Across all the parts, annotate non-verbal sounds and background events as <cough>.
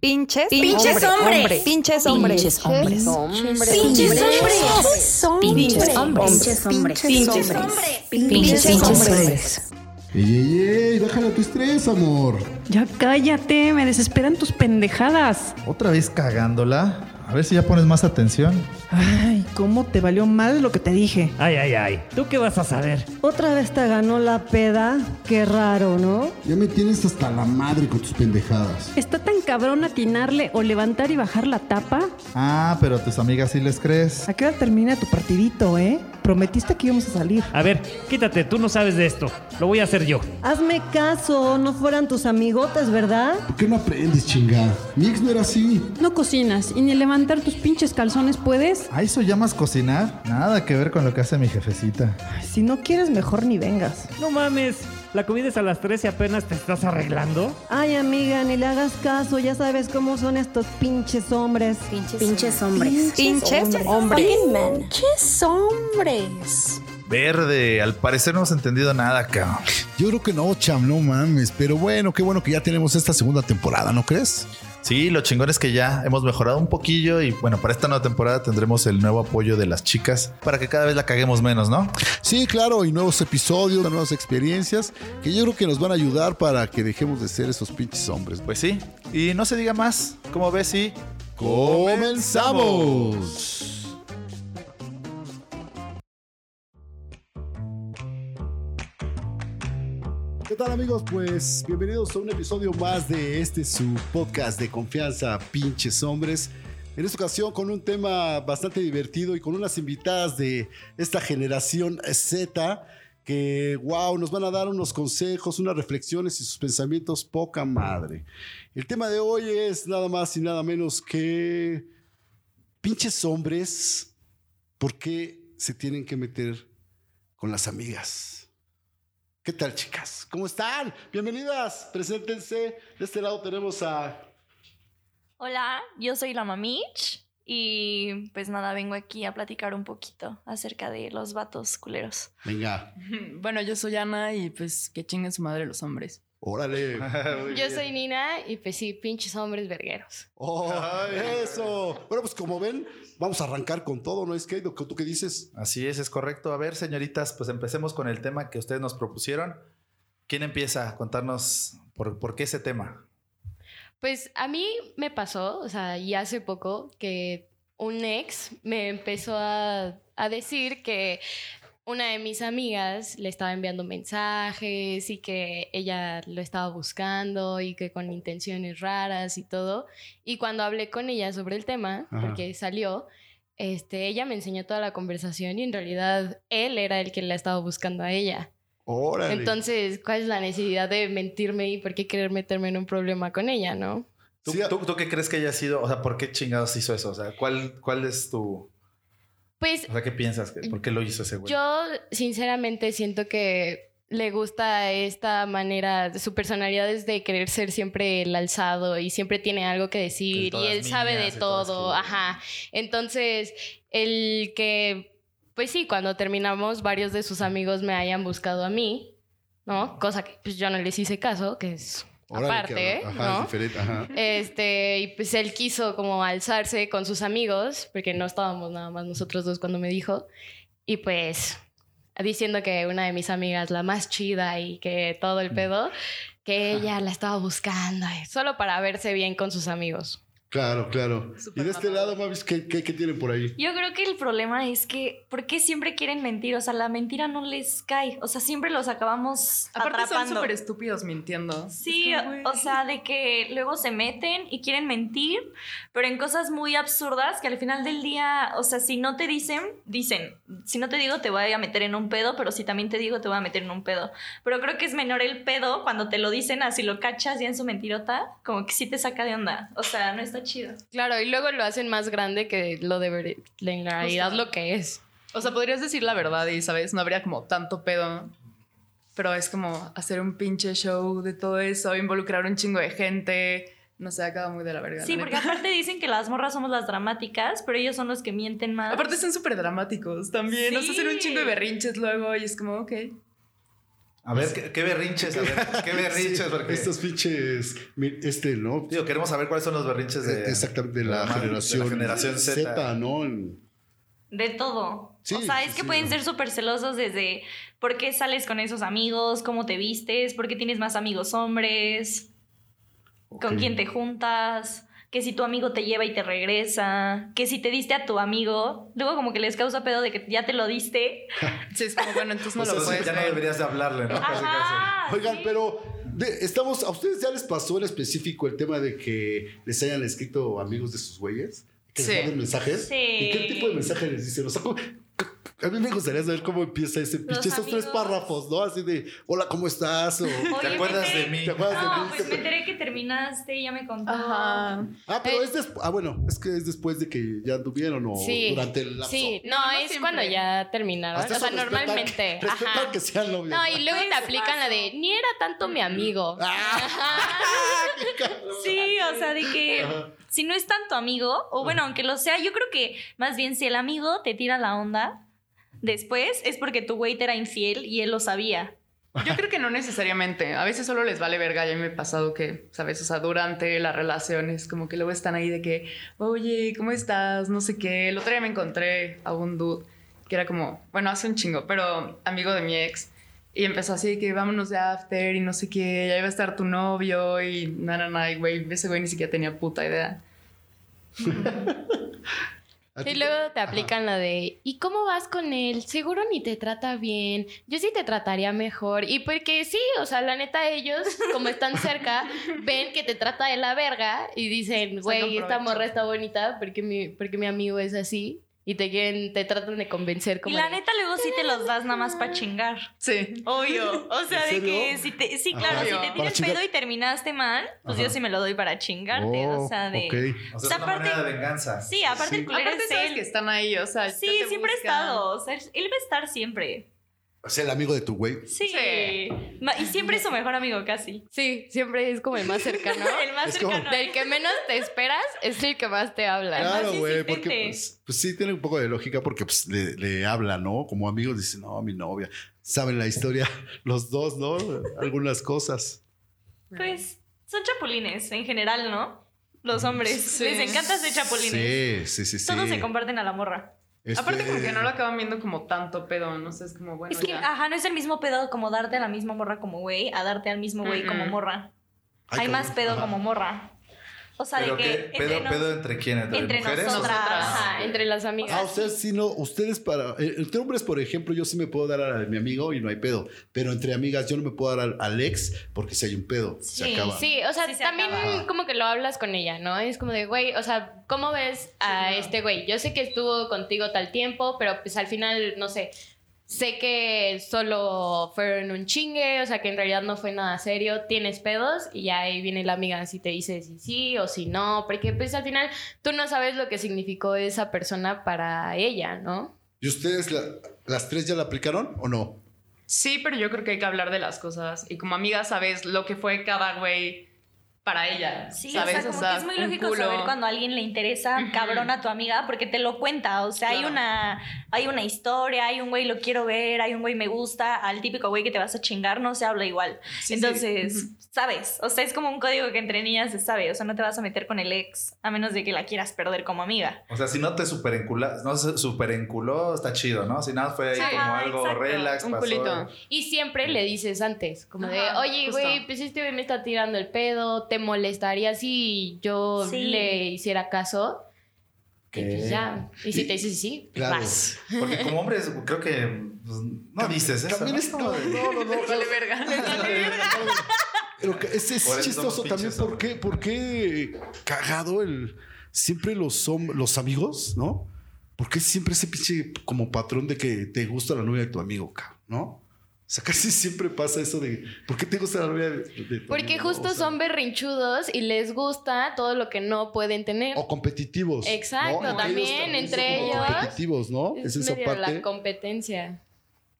Pinches, Pinches hombre, hombres. hombre, pinches hombres. Pinches hombres. Pinches hombres. Pinches hombres. Pinches hombres. Pinches hombres. Pinches hombres. Ey, ey, ey, bájale a tu estrés, amor. Ya cállate, me desesperan tus pendejadas. Otra vez cagándola. A ver si ya pones más atención. Ay, ¿cómo te valió mal lo que te dije? Ay, ay, ay. ¿Tú qué vas a saber? Otra vez te ganó la peda. Qué raro, ¿no? Ya me tienes hasta la madre con tus pendejadas. ¿Está tan cabrón atinarle o levantar y bajar la tapa? Ah, pero a tus amigas sí les crees. ¿A qué hora termina tu partidito, eh? Prometiste que íbamos a salir. A ver, quítate, tú no sabes de esto. Lo voy a hacer yo. Hazme caso, no fueran tus amigotes, ¿verdad? ¿Por qué no aprendes, chingada? Mi ex no era así. No cocinas y ni levantar tus pinches calzones puedes. ¿A Ah, eso llamas cocinar? Nada que ver con lo que hace mi jefecita. Si no quieres, mejor ni vengas. No mames. La comida es a las 3 y apenas te estás arreglando. Ay, amiga, ni le hagas caso. Ya sabes cómo son estos pinches hombres. Pinches hombres. Pinches hombres. Pinches hombres. Verde, al parecer no hemos entendido nada, cabrón. Yo creo que no, cham, no mames. Pero bueno, qué bueno que ya tenemos esta segunda temporada, ¿no crees? Sí, lo chingón es que ya hemos mejorado un poquillo y bueno, para esta nueva temporada tendremos el nuevo apoyo de las chicas para que cada vez la caguemos menos, ¿no? Sí, claro, y nuevos episodios, nuevas experiencias que yo creo que nos van a ayudar para que dejemos de ser esos pinches hombres. Pues sí. Y no se diga más. ¿Cómo ves si ¡Comenzamos! ¿Qué tal amigos? Pues bienvenidos a un episodio más de este su podcast de confianza, pinches hombres. En esta ocasión con un tema bastante divertido y con unas invitadas de esta generación Z que, wow, nos van a dar unos consejos, unas reflexiones y sus pensamientos poca madre. El tema de hoy es nada más y nada menos que pinches hombres, ¿por qué se tienen que meter con las amigas? ¿Qué tal, chicas? ¿Cómo están? Bienvenidas, preséntense. De este lado tenemos a. Hola, yo soy la Mamich y pues nada, vengo aquí a platicar un poquito acerca de los vatos culeros. Venga, Mm, Bueno, yo soy Ana y pues que chinguen su madre los hombres. <laughs> órale. Yo soy Nina y pues sí, pinches hombres vergueros. ¡Oh, Ay. eso! Bueno, pues como ven, vamos a arrancar con todo, ¿no es que? ¿Tú qué dices? Así es, es correcto. A ver, señoritas, pues empecemos con el tema que ustedes nos propusieron. ¿Quién empieza a contarnos por, por qué ese tema? Pues a mí me pasó, o sea, y hace poco que un ex me empezó a, a decir que una de mis amigas le estaba enviando mensajes y que ella lo estaba buscando y que con intenciones raras y todo. Y cuando hablé con ella sobre el tema, Ajá. porque salió, este, ella me enseñó toda la conversación y en realidad él era el que la estaba buscando a ella. ¡Órale! Entonces, ¿cuál es la necesidad de mentirme y por qué querer meterme en un problema con ella, no? ¿Tú, Sí, a- tú- tú qué crees que haya sido? O sea, ¿por qué chingados hizo eso? O sea, ¿cuál, cuál es tu. Pues O sea, ¿qué piensas? que- ¿Por qué lo hizo ese güey? yo sinceramente siento que le gusta esta manera, su personalidad es de querer ser siempre el alzado y siempre tiene algo que En decir y todas él sabe niñas, de en todas todo, que- ajá. Entonces, el que, pues sí, cuando terminamos, varios de sus amigos me hayan buscado a mí, ¿no? Cosa que pues yo no les hice caso, que es Órale, que- aparte, Ajá, ¿no? es diferente. Ajá. Este, y pues él quiso como alzarse con sus amigos, porque no estábamos nada más nosotros dos cuando me dijo. Y pues diciendo que una de mis amigas, la más chida y que todo Mm. el pedo, que ella la estaba buscando, eh, solo para verse bien con sus amigos. Claro, claro. Súper y de este mamada. lado, Mavis, ¿qué, qué, qué tienen por ahí? Yo creo que el problema es que, ¿por qué siempre quieren mentir? O sea, la mentira no les cae. O sea, siempre los acabamos Aparte son atrapando. súper estúpidos mintiendo. Sí, Es como, güey. o sea, de que luego se meten y quieren mentir, pero en cosas muy absurdas que al final del día, o sea, si no te dicen, dicen, si no te digo te voy a meter en un pedo, pero si también te digo te voy a meter en un pedo. Pero creo que es menor el pedo cuando te lo dicen, así lo cachas ya en su mentirota, como que sí te saca de onda. O sea, no está chido. Claro, y luego lo hacen más grande que lo debería, en realidad Justo. lo que es. O sea, podrías decir la verdad y, ¿sabes? No habría como tanto pedo. Pero es como hacer un pinche show de todo eso, involucrar un chingo de gente. No sé, acaba muy de la verga. la Sí, porque neta. aparte dicen que las morras somos las dramáticas, pero ellos son los que mienten más. Aparte son súper dramáticos también. O sea, Sí. hacen un chingo de berrinches luego y es como, ok. A ver, ¿qué, qué berrinches? A <laughs> ver, ¿qué berrinches? Sí, Porque, Estos pinches. mi- Este, ¿no? Eh, digo, queremos saber cuáles son los berrinches de, Exactamente, de la, de la generación, generación Z. ¿no? En- De todo. Sí, o sea, es sí, que sí. pueden ser súper celosos desde por qué sales con esos amigos, cómo te vistes, por qué tienes más amigos hombres, con Ok. quién te juntas, que si tu amigo te lleva y te regresa, que si te diste a tu amigo, luego como que les causa pedo de que ya te lo <laughs> diste. Sí, es como, bueno, entonces no O sea, lo sí, puedes ya no ver. deberías de hablarle, ¿no? Casi, casi. Ajá, Oigan, sí. pero de- estamos. ¿A ustedes ya les pasó en específico el tema de que les hayan escrito amigos de sus güeyes? ¿Que Sí. les manden mensajes? Sí. ¿Y qué tipo de mensaje les dicen? O sea, ¿cómo- A mí me gustaría saber cómo empieza ese pinche, esos tres amigos. párrafos, ¿no? Así de, hola, ¿cómo <laughs> estás? O, Oye, ¿Te acuerdas vete. de mí? ¿Te acuerdas de No, mí? pues me enteré que terminaste y ya me contó. Ajá. Ah, pero Eh. es después. Ah, bueno, es que es después de que ya anduvieron o Sí. durante el lapso. Sí, no, No, no es siempre. cuando ya terminaron. Hasta o sea, eso respetan- <laughs> normalmente. Respetan ajá. que sean novios. No, <laughs> y luego Pues, te aplican la de ni era tanto <laughs> mi amigo. Ah. Ajá. Sí, o sea, de que Ajá. si no es tanto amigo, o bueno, aunque lo sea, yo creo que más bien si el amigo te tira la onda después es porque tu güey te era infiel y él lo sabía. Yo creo que no necesariamente. A veces solo les vale verga. Ya me ha pasado que, ¿sabes? O sea, durante las relaciones, como que luego están ahí de que, oye, ¿cómo estás? No sé qué. El otro día me encontré a un dude que era como, bueno, hace un chingo, pero amigo de mi ex. Y empezó así de que vámonos de after y no sé qué. Ya iba a estar tu novio y na, na, na. Y güey, ese güey ni siquiera tenía puta idea. <laughs> ¿A Y ti- luego te aplican la de, ¿y cómo vas con él? Seguro ni te trata bien. Yo sí te trataría mejor. Y porque sí, o sea, la neta, ellos, como <laughs> están cerca, ven que te trata de la verga y dicen, güey, esta provecho". morra está bonita porque mi, porque mi amigo es así. Y te quieren, te tratan de convencer Y como. la de, neta luego sí te los das nada más para chingar. Sí. Obvio. O sea, ¿En de que serio? si te, sí, claro, Ajá. si te Para tiras chingar. pedo y terminaste mal, pues Ajá. Oh, yo sí me lo doy para chingarte. o sea, de. ok. O sea, es una Aparte- manera de venganza. Sí, aparte Sí. el culero <laughs> Aparte es sabes él. que están ahí, o sea. ya Sí, te siempre ha buscan. estado. O sea, él va a estar siempre. O sea, el amigo de tu güey. Sí. Sí. Ma- Y siempre es su mejor amigo casi. Sí, siempre es como el más cercano. <laughs> El más Es como- cercano. a él. Del que menos te esperas es el que más te habla. <laughs> Claro, sí, güey, sí, porque gente. pues, pues sí tiene un poco de lógica porque pues le, le habla, ¿no? Como amigos dice, no, mi novia. Saben la historia <laughs> los dos, ¿no? Algunas cosas. Pues son chapulines en general, ¿no? Los hombres. Sí. Les encanta ser chapulines. Sí, sí, sí, sí. Todos se comparten a la morra. Este- Aparte, como que no lo acaban viendo como tanto pedo, no sé, es como bueno. es que, ya. ajá, no es el mismo pedo como darte a la misma morra como güey, a darte al mismo güey como Mm-mm. morra. Ay, Hay más cabrón. pedo Ajá. como morra. O sea, Pero de que. qué pedo, entre nos- pedo entre quién, entre, entre mujeres. nosotras. Ajá, entre las amigas. Ah, ustedes sí, no, ustedes para, eh, entre hombres, por ejemplo, yo sí me puedo dar a la de mi amigo y no hay pedo, pero entre amigas yo no me puedo dar al, al ex porque si hay un pedo, se Sí, acaba. Sí, o sea, Sí se también acaba. como que lo hablas con ella, ¿no? Es como de, güey, o sea, ¿cómo ves a Sí, no. este güey? Yo sé que estuvo contigo tal tiempo, pero pues al final, no sé, sé que solo fueron un chingue, o sea, que en realidad no fue nada serio, tienes pedos y ya ahí viene la amiga si te dice si sí o si no, porque pues al final tú no sabes lo que significó esa persona para ella, ¿no? ¿Y ustedes la- las tres ya la aplicaron o no? Sí, pero yo creo que hay que hablar de las cosas. Y como amiga, sabes lo que fue cada güey para ella. Sí, ¿sabes? o sea, como que es muy un lógico culo. saber cuando a alguien le interesa cabrón a tu amiga porque te lo cuenta, o sea, hay Claro. una hay una historia, hay un güey lo quiero ver, hay un güey me gusta, al típico güey que te vas a chingar no se habla igual. Sí, Entonces, sí. sabes, o sea, es como un código que entre niñas se sabe, o sea, no te vas a meter con el ex a menos de que la quieras perder como amiga. O sea, si no te superenculas, no se superenculó, está chido, ¿no? Si nada fue ahí Sí, como ajá, algo exacto. relax, Un pasó. culito. Y siempre le dices antes, como de, Ajá, oye, justo. güey, pues este güey me está tirando el pedo, te molestaría si yo Sí. le hiciera caso. Y ¿Qué? pues ya. Y si te dices sí, pues Claro. vas. Porque <laughs> como hombres, creo que pues, no dices eso. También ¿no? es no, <laughs> no, no, no, Les vale verga. Les vale verga. Pero que es, es Por eso chistoso somos también pinches porque, porque cagado el siempre los hom- los amigos, ¿no? Porque siempre ese pinche como patrón de que te gusta la novia de tu amigo, cabrón, ¿no? O sea, casi siempre pasa eso de ¿por qué te gusta la novia de, de tu Porque amigo, no? O justo sea, son berrinchudos y les gusta todo lo que no pueden tener. o competitivos. Exacto, Entre ellos también, son entre como ellos. competitivos, ¿no? Es Es esa medio la parte, competencia.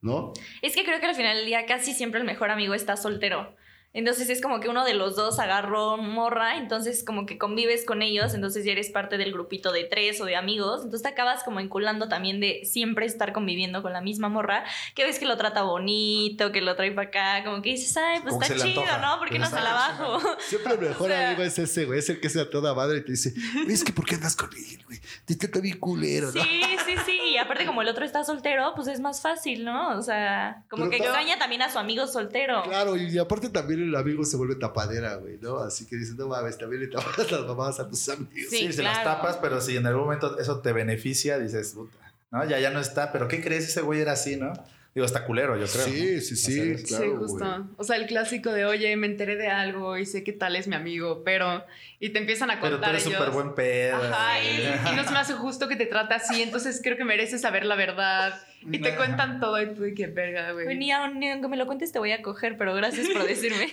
¿no? Es que creo que al final del día casi siempre el mejor amigo está soltero. Entonces es como que uno de los dos agarró morra, entonces como que convives con ellos, entonces ya eres parte del grupito de tres o de amigos, entonces te acabas como enculando también de siempre estar conviviendo con la misma morra, que ves que lo trata bonito, que lo trae para acá, como que dices, ay, pues Como que está se le chido, antoja. ¿no? ¿Por qué no se Exacto. la bajo? Siempre el mejor O sea- amigo es ese, güey. Es el que es a toda madre y te dice, es que ¿por qué andas con él, güey? Te trata bien culero, ¿no? Sí, sí, sí. Y aparte, como el otro está soltero, pues es más fácil, ¿no? O sea, como Pero que está- extraña también a su amigo soltero. Claro, y aparte también el amigo se vuelve tapadera, güey, ¿no? Así que dices, no mames, también le tapas las mamadas a tus amigos. <laughs> Sí, se las tapas, pero si en algún momento eso te beneficia, dices, puta, ¿no? Ya, ya no está, pero ¿qué crees? Ese güey era así, ¿no? Digo, está culero, yo creo. Sí, sí, sí, <laughs> sí, justo. O sea, el clásico de, oye, me enteré de algo y sé que tal es mi amigo, pero. Y te empiezan a Pero tú contar eres ellos. súper buen pedo. Ajá, y, <laughs> y no se me hace justo que te trate así, entonces creo que mereces saber la verdad. Y <laughs> te cuentan todo y tú de que verga, güey. Venía, ni aunque me lo cuentes, te voy a coger, pero gracias <laughs> por decirme.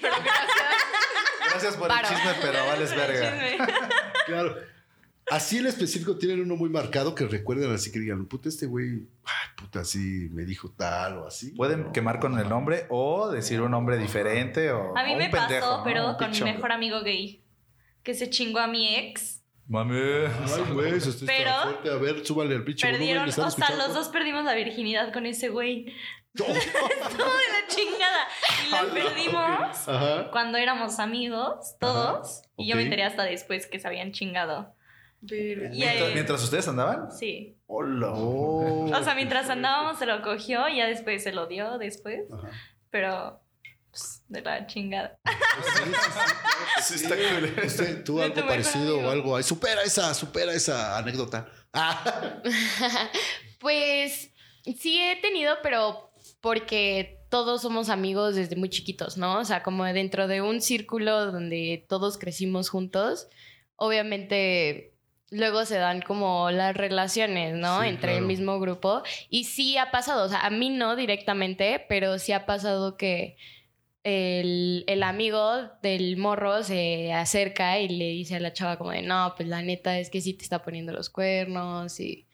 Gracias por Paro. el chisme, <laughs> pero vales verga. Claro. Así en específico tienen uno muy marcado que recuerdan así que digan, puta, este güey, ay, puta, así me dijo tal o así. Pueden quemar con el nombre o decir un nombre diferente o A mí o un me pasó, pendejo, ¿no? pero Un con mi pichón. mejor amigo gay, que se chingó a mi ex. Mami. Ay, güey, eso está Pero- fuerte. A ver, súbale al pinche volumen, Perdieron, ¿le están o sea, escuchando? los dos perdimos la virginidad con ese güey. <laughs> <laughs> Todo de la chingada. Y <laughs> la perdimos Ajá. cuando éramos amigos, todos. Y yo me ok. enteré hasta después que se habían chingado. Y Mientras, ahí- mientras ustedes andaban. Sí. Hola. O sea, mientras andábamos se lo cogió y ya después se lo dio después. <laughs> Pero pues, de la chingada. Sí, está culero. Usted, De tú tu algo mejor parecido o algo. Ay, supera esa, supera esa anécdota. Ah, <laughs> Pues sí he tenido, pero porque todos somos amigos desde muy chiquitos, ¿no? O sea, como dentro de un círculo donde todos crecimos juntos, obviamente luego se dan como las relaciones, ¿no? Sí, Entre el claro. mismo grupo. Y sí ha pasado, o sea, a mí no directamente, pero sí ha pasado que el, el amigo del morro se acerca y le dice a la chava como de, no, pues la neta es que sí te está poniendo los cuernos y...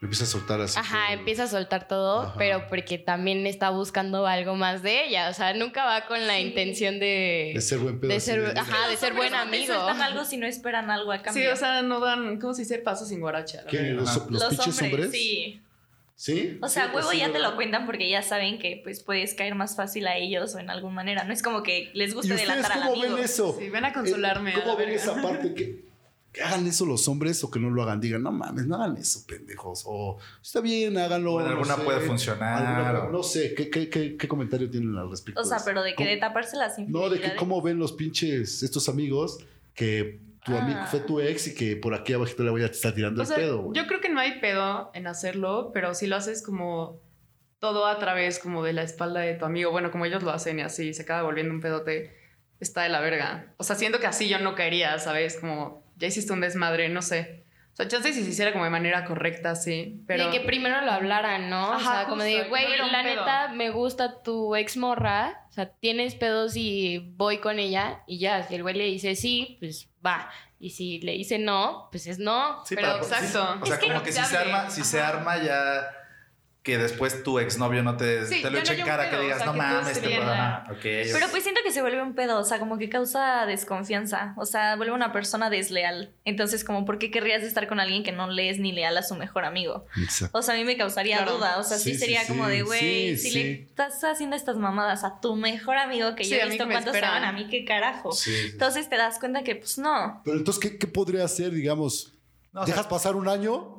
me empieza a soltar así. Ajá, empieza a soltar todo, pero porque también está buscando algo más de ella. O sea, nunca va con la intención de. De ser buen pedo. de así ser- de- ajá, de ser buen Te amigo. sueltan algo si no esperan algo a <laughs> Sí, cambio. o sea, no dan, ¿cómo se dice? Pasos sin guaracha. la ¿Qué? verdad. ¿Los, los pinches hombres? Sí. ¿Sí? O sea, Sí, huevo sí, ya te ¿verdad? lo cuentan porque ya saben que pues puedes caer más fácil a ellos o en alguna manera. No es como que les ¿Y gusta ustedes delatar al cómo amigo. ven eso? Sí, ven a consolarme. Eh, ¿Cómo a la ven verga. <laughs> esa parte que, que hagan eso los hombres o que no lo hagan? Digan, no mames, no hagan eso, pendejos. O está bien, háganlo. Bueno, no alguna sé. puede funcionar, o- no sé, ¿qué, qué, qué, qué comentario tienen al respecto? O sea, de pero de que Pues, ¿Cómo? de taparse las No, de infidelidades. que cómo ven los pinches estos amigos que tu Ah. amigo fue tu ex y que por aquí abajito le voy a estar tirando O sea, el pedo, güey. yo creo que no hay pedo en hacerlo, pero si lo haces como todo a través como de la espalda de tu amigo, bueno, como ellos lo hacen y así se acaba volviendo un pedote, está de la verga. O sea, siento que así yo no caería, ¿sabes? Como ya hiciste un desmadre, no sé. O sea, chance si se hiciera como de manera correcta, sí, pero... De que primero lo hablaran, ¿no? o Ajá, sea, como justo, de, que güey, no hubiera un la pedo". neta, me gusta tu ex morra. O sea, tienes pedos y voy con ella y ya. Si el güey le dice sí, pues va. Y si le dice no, pues es no. Sí, pero para- sí, o sea, como que si se arma, si se arma ya que después tu exnovio no te, Sí, te ya no lo eche hay en un cara, pedo, que digas, o sea, no que todo mames, esté te bien, ah, ya. ok. Pero pues siento que se vuelve un pedo, o sea, como que causa desconfianza, o sea, vuelve una persona desleal. Entonces, como, ¿por qué querrías estar con alguien que no le es ni leal a su mejor amigo? O sea, a mí me causaría Claro. duda, o sea, sí, Sí, sí, sería sí, como de, güey, sí, si sí. le estás haciendo estas mamadas a tu mejor amigo que Sí, yo a he mí visto que me cuántos se espera. van a mí, qué carajo. Sí, sí, sí. Entonces te das cuenta que, pues, no. Pero entonces, ¿qué, qué podría hacer, digamos? o ¿Dejas pasar un año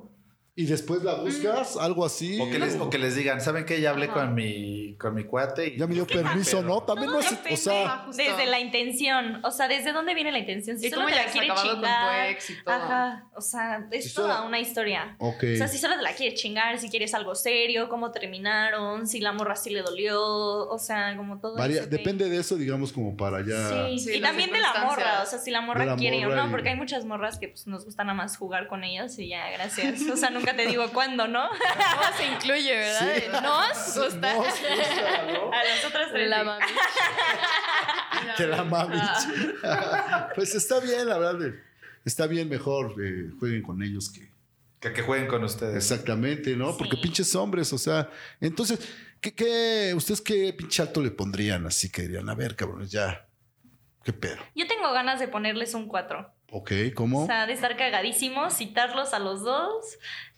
y después la buscas? ¿Algo así? O que, les, o que les digan, ¿saben qué? Ya hablé con mi, con mi cuate y... "Ah, Ya me dio permiso, ¿no? También no es- Depende o sea, desde la intención, o sea, desde dónde viene la intención. Si ¿Y solo cómo te ya la has quiere acabado con tu chingar, ex y todo? Ajá, o sea, es Si solo- toda una historia. Ok. O sea, si solo te la quieres chingar, si quieres algo serio, cómo terminaron, si la morra sí le dolió, o sea, como todo. Varía- ese pe- depende de eso, digamos, como para ya... Sí, Sí, y las también de la morra, o sea, si la morra De la quiere morra o no, y- porque hay muchas morras que pues, nos gusta nada más jugar con ellas y ya, gracias. O sea, nunca te <laughs> digo cuándo, ¿no? <laughs> Todo se incluye, ¿verdad? Sí. Nos <laughs> gusta. Nos <laughs> gusta, A las otras tres. La sí. mami. Que la mami. <laughs> pues está bien, la verdad. eh, Está bien, mejor eh, jueguen con ellos que... Que, que jueguen con ustedes. Exactamente, ¿no? Porque pinches hombres, o sea... Entonces, ¿qué, qué, ¿ustedes qué pinche alto le pondrían? Así que dirían, a ver, cabrones, ya. ¿Qué pedo? Yo tengo ganas de ponerles un 4. Ok, O ¿cómo? sea, de estar cagadísimos, citarlos a los dos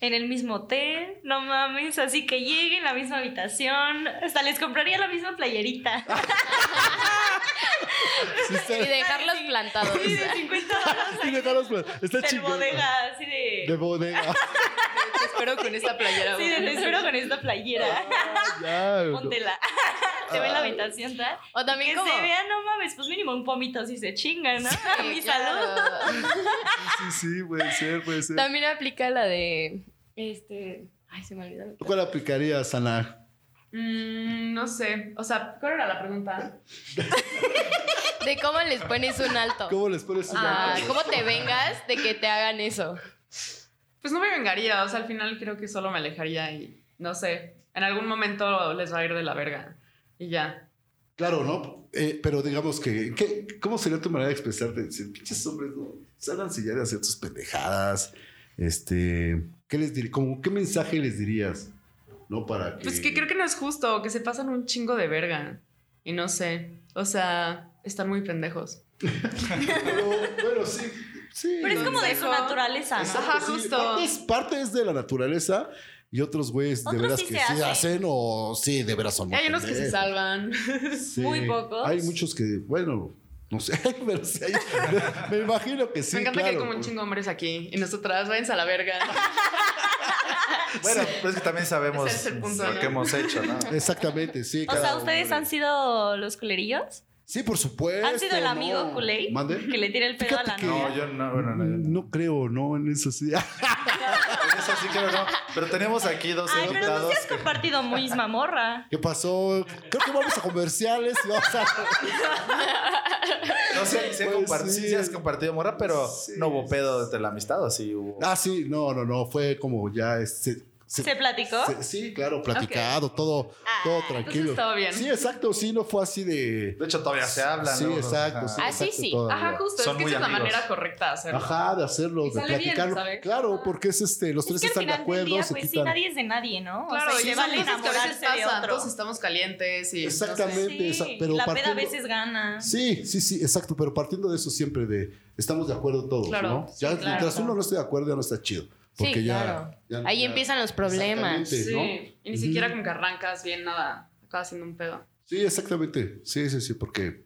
en el mismo hotel, no mames, así que lleguen a la misma habitación, hasta les compraría la misma <laughs> playerita. <laughs> Y dejarlos plantados. Sí, de <laughs> 50 dólares Y me da los pla- Está de chingón. bodega, así de... De <laughs> bodega. Te espero con esta playera. Sí, güey. te espero con esta <laughs> playera. Ya, Ah, no. Póntela. <laughs> Te ve en la habitación, ¿verdad? O también que como- se vean, no mames, pues mínimo un pomito si se chingan, ¿no? <laughs> Mi salud. Sí, sí, puede ser, puede ser. También aplica la de. Este. Ay, se me olvidó. ¿Tú cuál aplicarías, Ana? Mm, no sé. O sea, ¿cuál era la pregunta? De cómo les pones un alto. ¿Cómo les pones un Ah, alto? ¿Cómo te vengas de que te hagan eso? Pues no me vengaría. O sea, al final creo que solo me alejaría y no sé. En algún momento les va a ir de la verga. Y ya. Claro, ¿no? Eh, pero digamos que, ¿qué- ¿cómo sería tu manera de expresarte? Decir, pinches hombres, no, sálganse ya de hacer sus pendejadas. Este, ¿qué les dirías? ¿Qué mensaje les dirías? ¿No? Para que... Pues que creo que no es justo, que se pasan un chingo de verga. Y no sé. O sea, están muy pendejos. <laughs> Pero, bueno, sí, sí. Pero es como de su Consejo. naturaleza, ¿no? Ajá, justo. Parte es, parte es de la naturaleza y otros güeyes de Otros veras sí que se sí hacen. hacen o sí, de veras son muy Hay unos que se pendejos. salvan. Sí. Muy pocos. Hay muchos que, bueno, no sé, <laughs> pero sí hay- me imagino que sí. me encanta que hay claro. como un chingo de hombres aquí. Y nosotras, váyanse a la verga. Bueno, pero es que <laughs> también sabemos Ese es el punto, lo ¿no? que hemos hecho, <laughs> ¿no? Exactamente, sí. O cada sea, ¿ustedes hombre. han sido los culerillos? Sí, por supuesto. ¿Han sido el amigo Este, no. culé ¿Mande? que le tira el pedo Fíjate a la que- novia? No, yo no, bueno, no, yo no. No creo, no, en eso sí. <laughs> Ah, En Eso sí creo que no. Pero tenemos aquí dos Ay, pero tú invitados. sí has compartido muy mamorra. ¿Qué pasó? Creo que vamos a comerciales y vamos a... <laughs> No sé, sí, Pues compart- sí, sí. sí has compartido morra, pero Sí. no hubo pedo entre la amistad, o sí hubo. Ah, sí, no, no, no, fue como ya... este, se- ¿Se platicó? Ah, se- sí, claro, platicado, todo, todo <laughs> tranquilo. todo bien. Sí, exacto, sí, no fue así de... De hecho, todavía se hablan. Sí, ¿no? exacto. Sí, Ajá. Ah, sí, exacto, sí. todavía. Ajá, justo. Son es que muy esa es la amigos. manera correcta de hacerlo. Ajá, de hacerlo, Y de sale bien, platicarlo. ¿sabes? claro, porque es este, los Es tres que al están de final del acuerdo, día, se pues sí, quitan. nadie es de nadie, ¿no? o Claro, sea, y se son vale cosas que a veces enamorarse de pasan. otro. Todos estamos calientes y... no sé. Exactamente, esa- Sí, pero la peda a partiendo- veces gana. Sí, sí, sí, exacto, pero partiendo de eso siempre de estamos de acuerdo todos, Claro, ¿no? sí, Ya claro. mientras uno no esté de acuerdo ya no está chido, porque Sí, ya, claro. ya- Ahí ya- empiezan los problemas. Exactamente, Sí, ¿no? y ni siquiera como que arrancas bien nada. Acabas siendo un pedo. Sí, exactamente. Sí, sí, sí, porque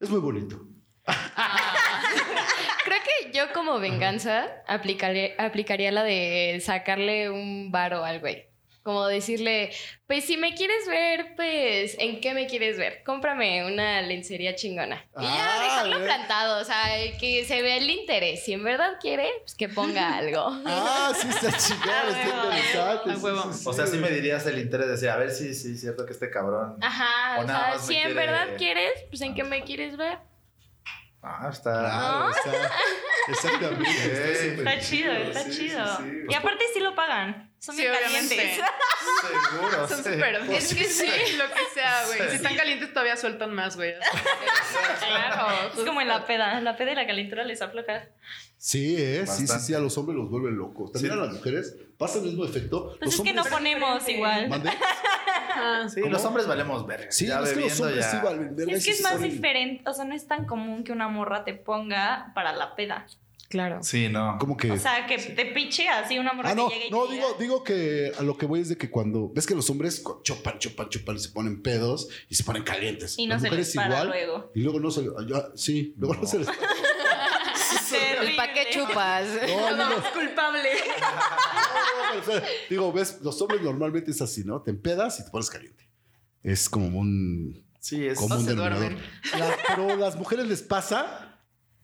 es muy bonito. Ah, Creo que yo, como venganza, aplicaré- aplicaría la de sacarle un varo al güey. Como decirle, pues si me quieres ver, pues ¿en qué me quieres ver? Cómprame una lencería chingona. Y ya Ah, dejarlo güey. plantado, o sea, que se vea el interés. Si en verdad quiere, pues que ponga algo. Ah, sí, está chingado, está eh. Ah, interesante. a sí, huevo. sí, sí. O sea, sí me dirías el interés de decir, a ver si sí, es cierto que este cabrón. Ajá, O o nada sea, más me si en quiere- verdad quieres, pues ¿en qué me quieres ver? Ah, está. Claro, está- Exactamente. Sí. súper Está chido, está sí, sí, chido. sí. Y aparte sí lo pagan. Son Sí, bien obviamente. calientes. <laughs> Seguro. Son sí. súper. Es que sí, lo que sea, güey. Sí. Si están calientes todavía sueltan más, güey. <laughs> Claro. Es como en la peda. La peda y la calentura les afloja. Sí, eh, sí, sí, Bastante. sí, a los hombres los vuelven locos. También Sí. a las mujeres pasa el mismo efecto. Pues los es que no hombres- ponemos igual. ¿Mande? Ah, Sí, ¿Cómo? los hombres valemos verga. Sí, ya es que los bebiendo hombres ya. sí valen verga Es y que es sí más son- diferente, o sea, no es tan común que una morra te ponga para la peda. Claro. Sí, no. ¿Cómo que? O sea, que te piche así una morra Ah, no, que llegue y no, te digo, diga, digo que a lo que voy es de que cuando ves que los hombres co- chupan, chupan, chupan, y se ponen pedos y se ponen calientes. y no Las se mujeres les para igual, <laughs> luego. Y luego no se les. yo- sí, luego no, <laughs> se les. <laughs> Terrible. ¿Para qué chupas? No, no, no. Culpable. No, no, pero, digo, ves, los hombres normalmente es así, ¿no? Te empedas y te pones caliente. Es como un Sí, es. común se denominador. duermen. La- pero a las mujeres les pasa.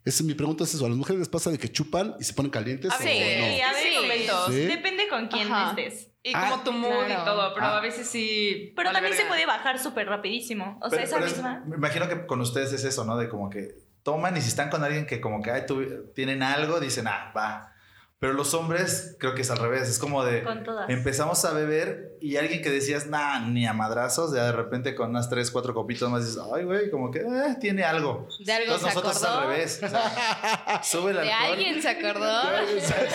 Esa, mi pregunta es eso. ¿A las mujeres les pasa de que chupan y se ponen calientes? A o veces. no? Ah, <laughs> Sí, a Sí. veces momentos. Sí. Depende con quién Ajá. estés. <laughs> Y Ah, como tu mood claro. y todo, pero Ah. a veces sí. Pero vale también se verga. puede bajar súper rapidísimo. O sea, Pero- esa pero es- misma. me imagino que con ustedes es eso, ¿no? De como que toman y si están con alguien que como que ay, tú- tienen algo, dicen, ah, va. Pero los hombres creo que es al revés, es como de Con todas. empezamos a beber y alguien que decías, nah, ni a madrazos, ya de repente con unas tres, cuatro copitas más dices, ay, güey, como que eh, tiene algo. De algo Entonces se nosotros es al acordó. revés. <laughs> o sea, sube el ¿De <laughs> alcohol. alguien se acordó? Será-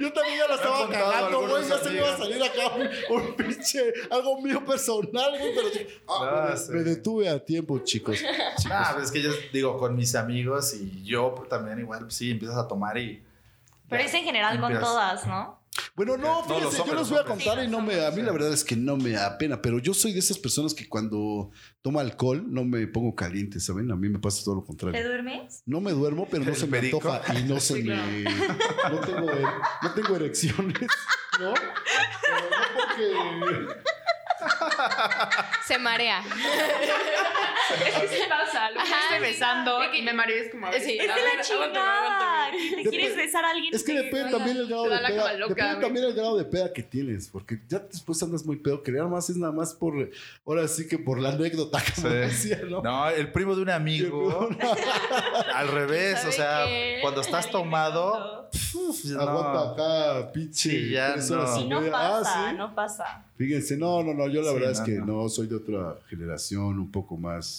Yo también ya la Me han estaba contado cagando, algunos güey. Ya se me iba a salir amigos. acá un, un pinche, algo mío personal, güey. Pero dije, ah, Ah, me- sí. me detuve a tiempo, chicos. Nah, pues es que yo digo, con mis amigos y yo pues, también igual, pues, sí, empiezas a tomar y... Pero es en general con Empiezas. todas, ¿no? Bueno, no, No, los fíjense, yo hombres, los los voy a hombres. contar y no me. A mí la verdad es que no me apena, pero yo soy de esas personas que cuando tomo alcohol no me pongo caliente, ¿saben? A mí me pasa todo lo ¿Te contrario. duermes? No me duermo, pero no ¿El se me perico? antoja y no se me. <laughs> No tengo, er, no tengo erecciones, <laughs> ¿no? Pero no porque. Se marea. Es que sí pasa. Luego Ajá. estoy besando y me mareo. Eh, Es como. a ver, Sí. a Es de ver, la aguántame, chingada. aguántame. ¿Te quieres besar a alguien? Es que Sí. depende también el grado te de da la peda. cama loca, depende güey. también el grado de peda que tienes, porque ya después andas muy pedo. Crear más es nada más por. Ahora sí que por la anécdota, como Sí. decía, ¿no? No, el primo de un amigo. al revés, ¿Sabe o sea, qué? cuando estás tomado. pf, no. Aguanta acá, pinche. Sí, ya tres no. horas y Y no media. Ah, pasa, sí. no pasa. Fíjense, no, no, no. Yo la Sí, verdad no, es que no. no. soy de otra generación, un poco más.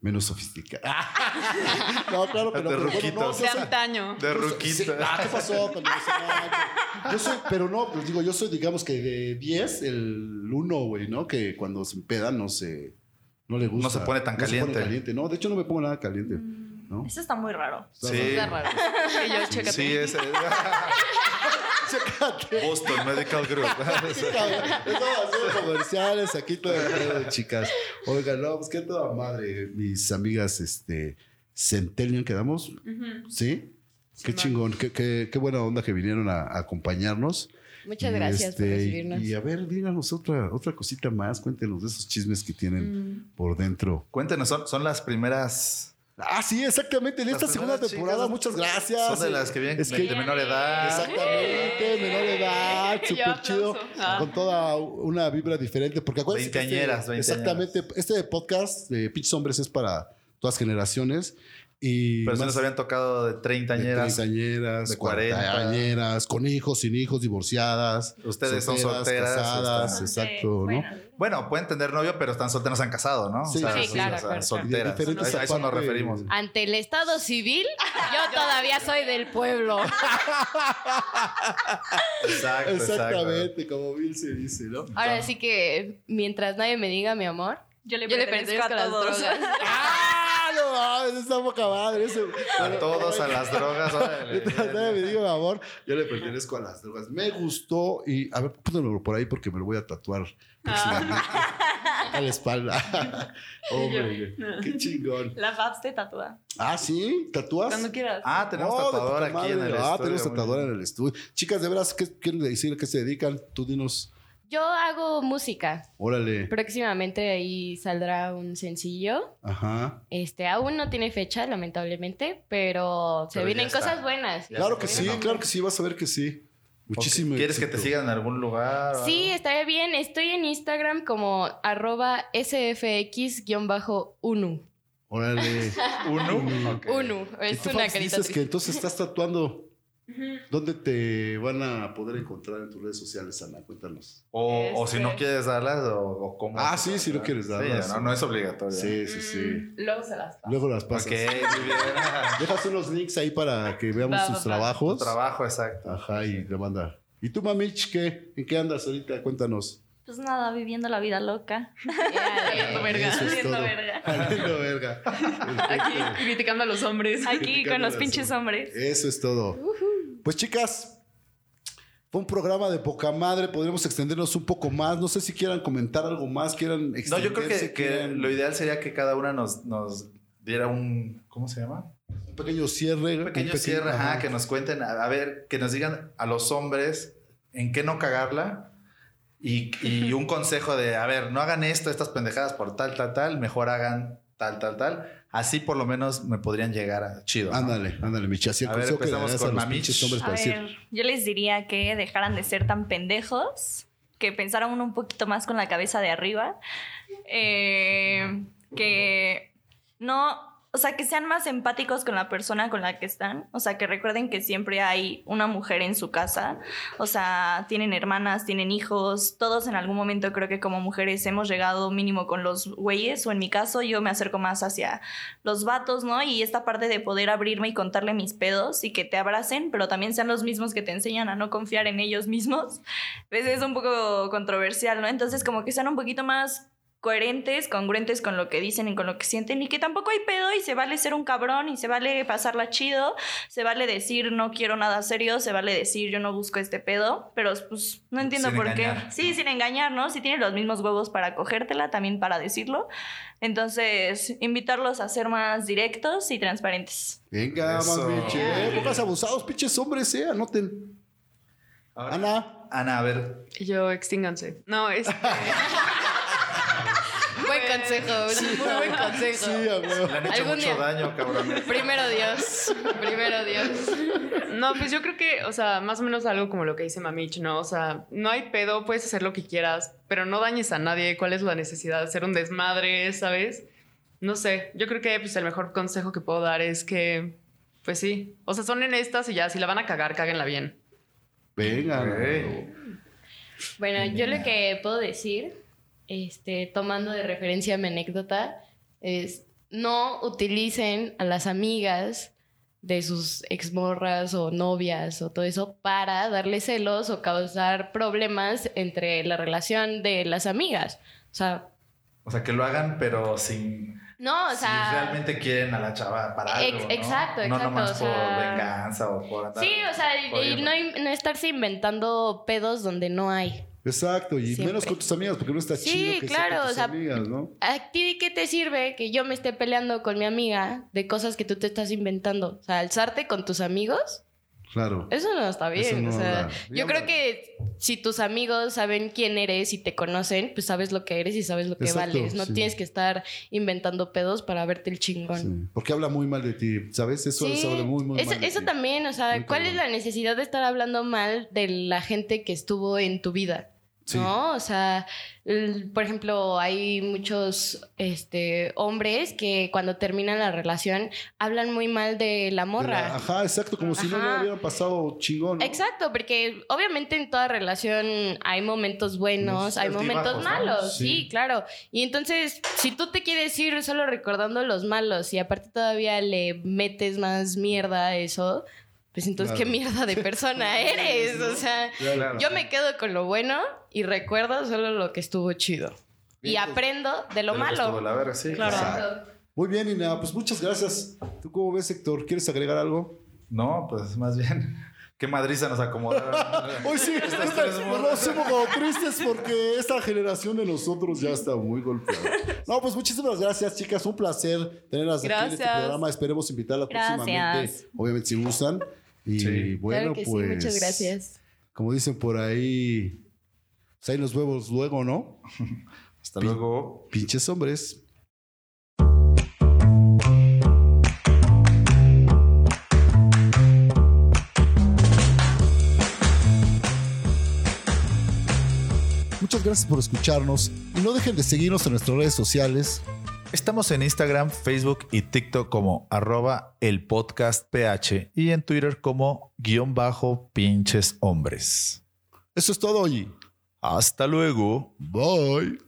menos sofisticada. <laughs> no, claro que no. De pero bueno, ruquito. no, yo De De soy- antaño. De yo soy- sí, ah, ruquita. ¿qué pasó? Pero no sé, no, yo- Yo soy, pero no, pues digo, yo soy, digamos que de 10, el 1, güey, ¿no? Que cuando se empeda no se. No le gusta. No se pone tan caliente. caliente. No, de hecho no me pongo nada caliente. ¿No? Eso Mm. está muy raro. Sí. <laughs> Está raro. Y yo, chécate. Sí, ese. <laughs> Boston Medical Group. <laughs> Estamos haciendo comerciales aquí todo el pedo, chicas. Oigan, no, pues qué toda madre. Mis amigas, este, Centennial quedamos, Ujú. ¿sí? Qué Sí, chingón, qué, qué, qué buena onda que vinieron a, a acompañarnos. Muchas Y, gracias por este, recibirnos. Y a ver, díganos otra, otra cosita más, cuéntenos de esos chismes que tienen Mm. Mm. por dentro. Cuéntenos, son, son las primeras. Ah, sí, exactamente, en Las esta segunda primeras temporada, chicas muchas gracias. Son de las que vienen Es que- de menor edad. Exactamente, menor edad, <laughs> Ah, <laughs> Yo súper chido, aplauso. Ah. con toda una vibra diferente, porque acuérdense. que este- Veinteañeras, veinteañeras. Exactamente, este podcast de Pinches Hombres es para todas generaciones y Pero si nos más habían tocado de de 30añeras. treintañeras, de cuarenta. cuarentañeras, con hijos, sin hijos, divorciadas. Ustedes son solteras, casadas, están- exacto, Ok, ¿no? bueno. Bueno, pueden tener novio, pero están solteros, se han casado, ¿no? Sí, Sí, claro, o sea, claro. Y de solteras. diferentes A eso nos aparte- referimos. Ante el Estado civil, <laughs> yo todavía soy del pueblo. Exacto, exactamente. Exactamente, como Bill se dice, ¿no? Ahora sí que mientras nadie me diga mi amor, Yo le yo le pertenezco a todos. drogas. <laughs> ¡Ah! No mames, está poca madre. Ese, A todos, a las drogas. <laughs> órale. Nadie me diga, mi amor, yo le pertenezco a las drogas. Me gustó y a ver, pónganlo por ahí porque me lo voy a tatuar próximamente. Ah. a la <laughs> espalda. Hombre, qué chingón. <laughs> La Fabs te tatúa. Ah, sí, ¿tatúas? Cuando quieras. Ah, tenemos Oh, de tatuador poca aquí en el madre. estudio. Ah, tenemos muy tatuador bien. en el estudio. Chicas, de veras, ¿qué quieren decir? ¿A qué se dedican? Tú dinos. Yo hago música. Órale. Próximamente ahí saldrá un sencillo. Ajá. Este, aún no tiene fecha, lamentablemente, pero se Pero vienen ya está. cosas buenas. Ya Claro se que fue, sí, ¿no? claro que sí, vas a ver que sí. Muchísimo. Ok. ¿Quieres que te éxito. sigan en algún lugar? o Sí, algo? estaría bien. Estoy en Instagram como arroba sfx-unu. <laughs> Órale. ¿Uno? Ok. Unu, Y es tú, una carita Fabs, dices que triste. entonces estás tatuando. ¿Dónde te van a poder encontrar en tus redes sociales, Ana? Cuéntanos. O, o si no Este. quieres darlas, o, o cómo. Ah, sí, si no quieres darlas. Sí, no, no es obligatorio. Sí, sí, sí. Mm, Luego se las paso. Luego las pasas. Ok, muy bien. Dejas unos links ahí para que veamos Va, sus va, va. Tu trabajos. trabajo, exacto. Ajá, y la banda. ¿Y tú, Mamich, qué? ¿En qué andas <laughs> ahorita? Cuéntanos. Pues nada, viviendo la vida loca. <laughs> Valiendo Eh, verga. Ah, Eso es Valiendo todo. verga. Valiendo verga. Aquí <laughs> criticando a los hombres. Aquí con los Criticándolas, pinches hombres. Eso es todo. Pues chicas, fue un programa de poca madre. Podríamos extendernos un poco más. No sé si quieran comentar algo más, quieran No, yo creo extenderse, que, que quieran lo ideal sería que cada una nos, nos diera un. ¿Cómo se llama? un pequeño cierre. Un pequeño cierre, ajá, que nos cuenten, a, a ver, que nos digan a los hombres en qué no cagarla y, <laughs> y un consejo de, a ver, no hagan esto, estas pendejadas por tal, tal, tal, mejor hagan tal, tal, tal. Así por lo menos me podrían llegar a chido. ¿no? Ándale, ándale, Michi. Así el A ver, consejo que le empezamos darías a con los Mamich. pinches hombres A para decir. ver, yo les diría que dejaran de ser tan pendejos, que pensaran un poquito más con la cabeza de arriba, eh, que no o sea, que sean más empáticos con la persona con la que están. O sea, que recuerden que siempre hay una mujer en su casa. O sea, tienen hermanas, tienen hijos. Todos en algún momento creo que como mujeres hemos llegado mínimo con los güeyes. O en mi caso, yo me acerco más hacia los vatos, ¿no? Y esta parte de poder abrirme y contarle mis pedos y que te abracen, pero también sean los mismos que te enseñan a no confiar en ellos mismos. A veces Pues, es un poco controversial, ¿no? Entonces, como que sean un poquito más coherentes, congruentes con lo que dicen y con lo que sienten y que tampoco hay pedo y se vale ser un cabrón y se vale pasarla chido, se vale decir no quiero nada serio, se vale decir yo no busco este pedo, pero pues no entiendo Sin por qué. engañar. Sí, sin engañar, ¿no? Si tienen los mismos huevos para cogértela, también para decirlo. Entonces, invitarlos a ser más directos y transparentes. Venga, más Eso. Eh. pinche. Pocas abusados, pinches hombres, eh. Anoten. Ana. Ana, a ver. Yo, extínganse. No, es. Buen consejo, muy buen consejo. Le han hecho Algún mucho día. daño, cabrón. Primero Dios, primero Dios. No, pues yo creo que, o sea, más o menos algo como lo que dice Mamich, ¿no? O sea, no hay pedo, puedes hacer lo que quieras, pero no dañes a nadie. ¿Cuál es la necesidad de hacer un desmadre, sabes? No sé, yo creo que pues, el mejor consejo que puedo dar es que, pues sí, o sea, son en estas y ya, si la van a cagar, cáguenla bien. <laughs> Venga. Bueno, yo lo que puedo decir, este, tomando de referencia mi anécdota, es no utilicen a las amigas de sus exmorras o novias o todo eso para darle celos o causar problemas entre la relación de las amigas. O sea, O sea, que lo hagan, pero sin. no, o sea... si realmente quieren a la chava para algo. Ex- ¿no? exacto, No exacto, nomás o sea- por venganza o por andar. Sí, o sea, y- y jodiendo. no, in- no estarse inventando pedos donde no hay. Exacto, y Siempre. menos con tus amigas, porque no está Sí, chido que sea claro, con tus o sea, amigas, ¿no? ¿A ti de qué te sirve que yo me esté peleando con mi amiga de cosas que tú te estás inventando? O sea, alzarte con tus amigos, Claro. eso no está Eso bien. no o sea, va. yo creo que si tus amigos saben quién eres y te conocen, pues sabes lo que eres y sabes lo que Exacto, vales. No sí. tienes que estar inventando pedos para verte el chingón. Porque habla muy mal de ti, ¿sabes? Eso Sí, habla muy, muy eso, mal. de eso ti. también, o sea, ¿cuál es la necesidad de estar hablando mal de la gente que estuvo en tu vida? Sí. ¿No? O sea, el- por ejemplo, hay muchos este, hombres que cuando terminan la relación hablan muy mal de la De morra. la- ajá, exacto, como si no Ajá. le hubieran pasado chingón. ¿no? Exacto, porque obviamente en toda relación hay momentos buenos, Los hay momentos altibajos, ¿no? malos, Sí. sí. claro. Y entonces, si tú te quieres ir solo recordando los malos y aparte todavía le metes más mierda a eso, pues entonces Claro. qué mierda de <laughs> persona eres, o sea, pues, Claro. yo me quedo con lo bueno y recuerdo solo lo que estuvo chido. Y aprendo de lo pues, de lo que estuvo malo. la verga, sí, Claro. exacto. Muy bien, Ina, pues muchas gracias. ¿Tú cómo ves, Héctor? ¿Quieres agregar algo? No, pues más bien. <laughs> Qué madriza nos <laughs> acomodaron. Hoy sí, Estas esta- tres morras. nos hemos como tristes porque esta generación de nosotros ya está muy golpeada. No, pues muchísimas gracias, chicas. Un placer tenerlas aquí en este Gracias. programa. Esperemos invitarlas Gracias. próximamente. Obviamente, si gustan. Y bueno, claro que pues. sí, muchas gracias. Como dicen por ahí, pues ahí nos vemos <laughs> luego, ¿no? Hasta luego. Pinches hombres. Muchas gracias por escucharnos y no dejen de seguirnos en nuestras redes sociales. Estamos en Instagram, Facebook y TikTok como arroba el podcast PH y en Twitter como guión bajo pinches hombres. Eso es todo, hoy. Hasta luego. Bye.